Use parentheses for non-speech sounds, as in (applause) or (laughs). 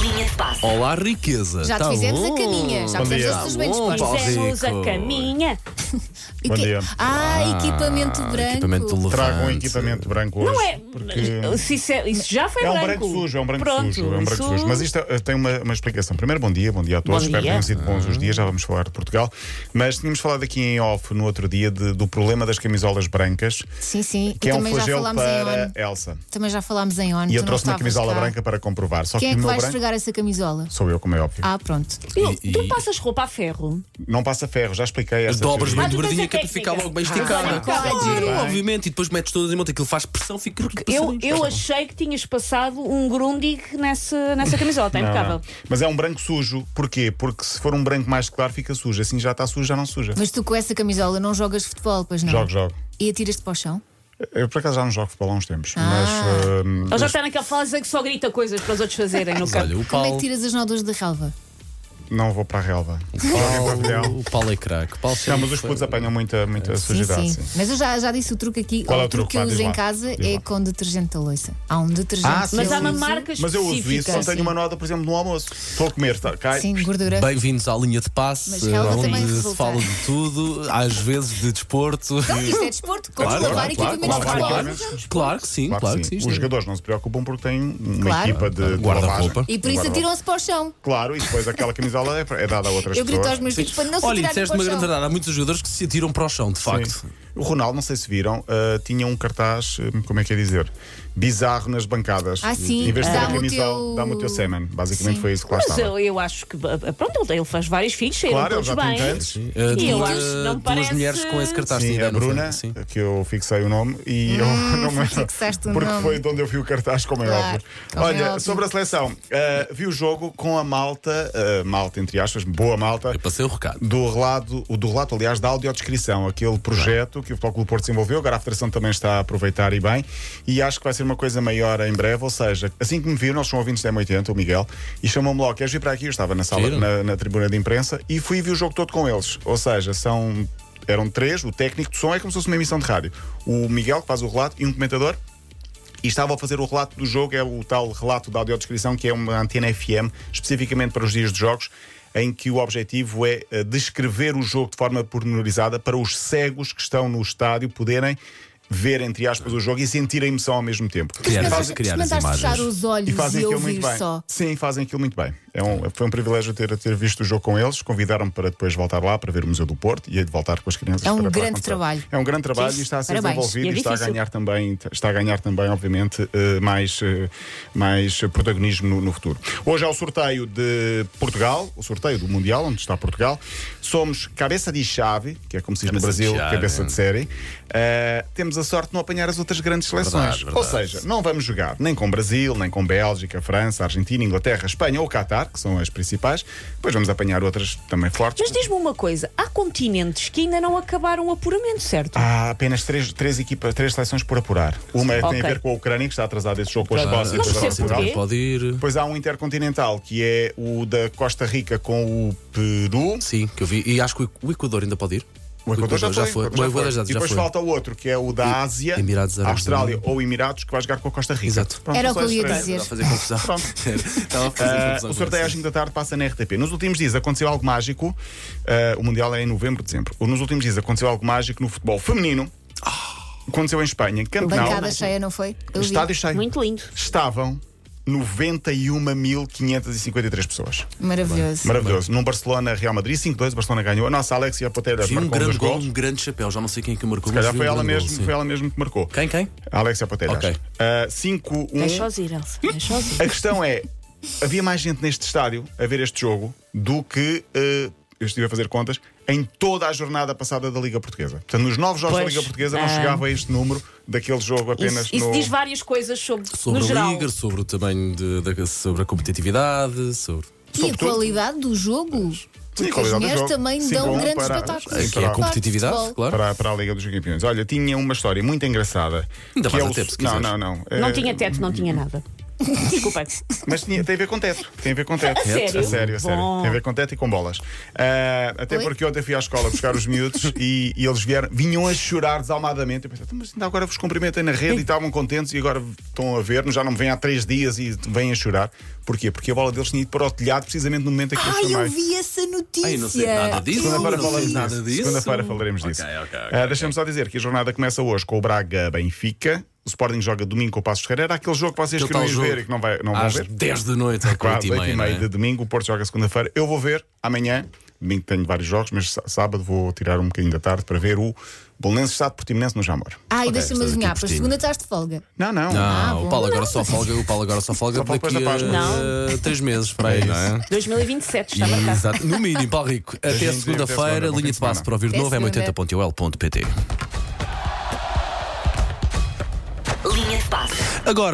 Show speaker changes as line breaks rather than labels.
Linha de passe.
Olá, riqueza.
Já te
Tá
fizemos a
bom.
caminha, já
Tá
te fizemos
bom,
todos bem dispostos.
Paulo
Fizemos
Rico.
a caminha.
E
Bom
que-
dia.
Ah, equipamento
Ah,
branco.
Equipamento do
Trago um
levante.
equipamento branco hoje.
Não é.
Porque...
se isso, é- isso já foi
É um
branco.
branco sujo, é um branco
Pronto,
sujo. É um branco
isso-
sujo. Mas isto eh, tem uma, uma explicação. Primeiro, bom dia, bom dia a todos.
Bom
Espero que
dia.
tenham sido bons os dias, já vamos falar de Portugal. Mas tínhamos falado aqui em off no outro dia de- do problema das camisolas brancas,
Sim, sim.
que
e
é um
também já
flagelo
falámos em
para
ON.
Elsa.
Também já falámos em ON. tu
E eu
não
trouxe uma
estavas
camisola
cá.
branca para comprovar. Só
Quem é
que
que
o meu
vai
branco.
estragar essa camisola?
Sou eu, como é óbvio.
Ah, pronto.
Eu-
E-
Tu
e-
passas roupa a ferro.
Não passa ferro, já expliquei essa
Dobras
teoria.
Ah,
bem
tu tens
dobradinha
a
que é para
técnica.
ficar logo bem
Ah,
esticada.
olha, claro.
Claro,
Bem.
obviamente. E depois metes todas em monte. Aquilo faz pressão, fica.
Eu, eu achei que tinhas passado um Grundig nessa, nessa camisola, está
Não,
impecável.
não. Mas é um branco sujo. Porquê? Porque se for um branco mais claro, fica sujo. Assim já está sujo, já não suja.
Mas tu com essa camisola não jogas futebol, pois não?
Jogo, jogo.
E atiras-te para o chão?
Eu por acaso já não jogo futebol há uns tempos,
Ah.
mas, hum,
Ele já está naquela fase em que só grita coisas para os outros fazerem no
Mas
campo.
olha, o
Como é
Paulo.
que tiras as nódulas da relva?
não vou para a relva.
Oh.
O Paulo é craque. O Paulo
Não,
sempre
mas os
foi-
putos apanham muita, muita sujidade.
sim,
Sim,
sim. Mas eu já, já disse o truque aqui.
Qual é o
truque
truque?
que
Vá,
eu uso
diz
em
lá,
casa
diz
é
lá.
com detergente da louça. Há um detergente.
Ah,
que
sim,
Mas
eu
há uma
uso.
marca específica.
Mas eu uso isso, só
sim.
tenho uma nódoa, por exemplo, no almoço. Estou a comer, tá, cai.
Sim, gordura.
Bem-vindos à linha de passe,
Mas relva também
onde se
resulta.
fala de tudo, às vezes de desporto.
Isto é desporto, com
Claro,
lavar
claro, claro,
equipamentos
claro,
de futebol.
claro.
Claro que sim,
Claro, que sim. Os
isto é-
jogadores não se preocupam porque têm uma
Claro.
equipa de, de
Guarda-roupa.
lavagem.
E por
Um
isso
guarda-roupa.
atiram-se para o chão.
Claro, e depois aquela camisola é, é dada a outras
Eu grito
pessoas.
aos meus filhos para não se
Olha, e
tirarem
disseste
para
uma
o
grande
chão.
verdade. Há muitos jogadores que se atiram para o chão, de facto.
Sim. O Ronaldo, não sei se viram, ah, tinha um cartaz, hum, como é que é dizer? Bizarro nas bancadas.
Ah, sim,
Em vez de ter a
dá-me o
camisola,
teu-
dá-me o teu semen. Basicamente
Sim.
foi isso que lá
Mas
estava.
eu, eu acho que. ah, Pronto, ele- ele faz vários filhos, saíram
Claro, ele
todos
já tem
bem.
tantos.
Uh,
E eu
duas,
acho que não
duas
parece-
mulheres com esse cartaz
Sim,
tinha
a
ideia, não foi?
Bruna,
Sim.
que eu fixei o nome e eu
Ah,
(laughs) não me lembro.
fixaste o
Porque
nome.
foi de onde eu vi o cartaz, como é
Claro,
óbvio.
como é
Olha,
óbvio.
sobre a seleção, eh, vi o jogo com a malta, eh, malta entre aspas, boa malta.
Eu passei o recado.
Do relato, o do relato, aliás, da audiodescrição, aquele projeto que o Futebol Clube do Porto desenvolveu, agora a Federação também está a aproveitar e bem, e acho que vai ser uma coisa maior em breve, ou seja, assim que me viram, nós somos ouvintes da M80, o Miguel, e chamou-me logo, queres vir para aqui? Eu estava na sala,
Giro.
na, na tribuna de imprensa, e fui e vi o jogo todo com eles, ou seja, são... Eram três, o técnico de som é como se fosse uma emissão de rádio. O Miguel, que faz o relato, e um comentador, e estava a fazer o relato do jogo, é o tal relato da audiodescrição, que é uma antena FM, especificamente para os dias de jogos, em que o objetivo é eh, descrever o jogo de forma pormenorizada para os cegos que estão no estádio poderem ver, entre aspas, o jogo e sentir a emoção ao mesmo tempo.
Criar,
E
Mas
fazem-
criar as
experimentaste fechar
imagens.
os olhos
e fazem
e
aquilo muito
ouvir
bem.
só.
Sim, fazem aquilo muito bem. É um- foi um privilégio ter, ter visto o jogo com eles. Convidaram-me para depois voltar lá para ver o Museu do Porto e aí de voltar com as crianças.
É um
para- para
grande
acontecer.
trabalho.
É um grande trabalho e está a ser
Parabéns.
desenvolvido
E é
e, está, a
difícil.
ganhar também, está a ganhar também, obviamente, eh, mais, eh, mais protagonismo no, no futuro. Hoje é o sorteio de Portugal, o sorteio do Mundial, onde está Portugal. Somos cabeça de chave, que é como se diz no
Cabeça de
Brasil,
chave.
cabeça de série. Eh, temos a sorte de não apanhar as outras grandes
Verdade,
seleções.
verdade.
Ou seja, não vamos jogar nem com Brasil, nem com Bélgica, França, Argentina, Inglaterra, Espanha ou Qatar, que são as principais. Depois vamos apanhar outras também fortes.
Mas diz-me uma coisa: há continentes que ainda não acabaram o apuramento, certo?
Há apenas três, três, equipas, três seleções por apurar. Uma tem
Ok.
a ver com a Ucrânia, que está atrasada esse jogo com a
Ah,
Escócia.
Não
depois
percebo
é
agora
porquê.
Portugal.
Pode ir.
Depois há um intercontinental, que é o da Costa Rica com o Peru.
Sim, que eu vi. E acho que o- o Equador ainda pode ir.
O Equador já, foi.
O Equador já
E
já
depois
foi.
falta o outro, que é o da Ásia,
Emirados Árabes
Austrália
Unidos.
ou Emirados, que vai jogar com a Costa Rica.
Exato.
Pronto,
Era
são
o que eu
as
ia
três.
dizer.
Estava a fazer confusão. (laughs) Estava a fazer
Ah,
confusão.
o sorteio às 5 da tarde passa na RTP. Nos últimos dias aconteceu algo mágico. Ah, o Mundial é em novembro, dezembro. Nos últimos dias aconteceu algo mágico no futebol feminino. Aconteceu em Espanha, em Camp Nou.
Bancada cheia, não foi? Eu vi.
Estádio cheio.
Muito lindo.
Estavam 91.553 pessoas.
Maravilhoso.
Maravilhoso. Num Barcelona Real Madrid 5-2, o Barcelona ganhou. A nossa Alexia Poteiras
Vi um
marcou um
grande
dos
gol,
gols.
um grande chapéu. Já não sei quem é que marcou.
Se
mas
calhar
vi
foi
um
ela,
grande
mesmo,
gol, sim.
foi ela mesmo que marcou.
Quem, quem?
A Alexia Poteiras.
Ok.
Ah, 5-1.
Deixa-os ir, Elsa.
Hum?
Deixa-os ir.
A questão é: havia mais gente neste estádio a ver este jogo do que. eh, eu estive a fazer contas em toda a jornada passada da Liga Portuguesa. Portanto, nos novos jogos
Pois,
da Liga Portuguesa
ah.
não chegava a este número daquele jogo apenas
Isso, isso
no.
diz várias coisas sobre,
Sobre
no
a
geral.
Liga, sobre o tamanho, de, da- sobre a competitividade, sobre.
E a
sobretudo-
qualidade do jogo? Porque as
qualidade do
mulheres
jogo.
também
Sim,
dão
bom,
grandes
para-
espetáculos.
Sim,
que é a
para-
competitividade, claro.
Para, para a Liga dos Campeões. Olha, tinha uma história muito engraçada.
Ainda
que
vais
é
a
o-
tempo, se
Não,
quiseres.
não, não.
Não
(laughs)
Eh,
tinha teto, não tinha nada. Desculpa.
Mas tinha- tem a ver com teto. Tem a ver com teto.
sério?
A sério, a sério.
Bom.
Tem a ver com teto e com bolas. Ah, até
Oi?
porque ontem fui à escola buscar os miúdos e, e eles vieram, vinham a chorar desalmadamente. Eu pensei, "Então, mas ainda agora vos cumprimentei na rede e estavam contentes e agora estão a ver-nos, já não me vêm há três dias e vêm a chorar. Porquê? Porque a bola deles tinha ido para o telhado precisamente no momento em que eu
Ai,
chamei.
eu vi essa notícia.
Ai, não sei nada disso.
Segunda-feira
Não
falaremos
sei nada
disso.
disso.
Segunda-feira falaremos
Ok,
disso.
ok, ok,
Ah, Deixa-me só dizer que a jornada começa hoje com o Braga Benfica. O Sporting joga domingo com o Passos de Ferreira. Era aquele jogo que vocês
Aquele
queriam ir
tal
ver
jogo
e que não, vai, não vão
Às
ver.
10 da noite,
(laughs)
às 8
Tá Quase
e
8
meia.
e
não
meia
é?
de domingo, o Porto joga segunda-feira. Eu vou ver amanhã, domingo tenho vários jogos, mas sá- sábado vou tirar um bocadinho da tarde para ver o Bolonense Estado Portimonense no Jamor.
Ai,
Ok,
deixa-me
estás aqui
adivinhar. Para
pertinho.
segunda estás de folga.
Não, não.
Não,
Ah, bom.
o Paulo
Não,
agora só folga, o Paulo agora só folga
Só folga
daqui
depois da
a
Páscoa.
3 meses para aí, não é?
2027 está marcado.
Exato. No mínimo, Paulo Rico. Até
Beijinhos e até
segunda-feira,
segunda. Bom fim
linha
de
de passo
semana.
para ouvir de
Até
novo é
segunda.
80.ol.pt.
Linha de passe.
Agora.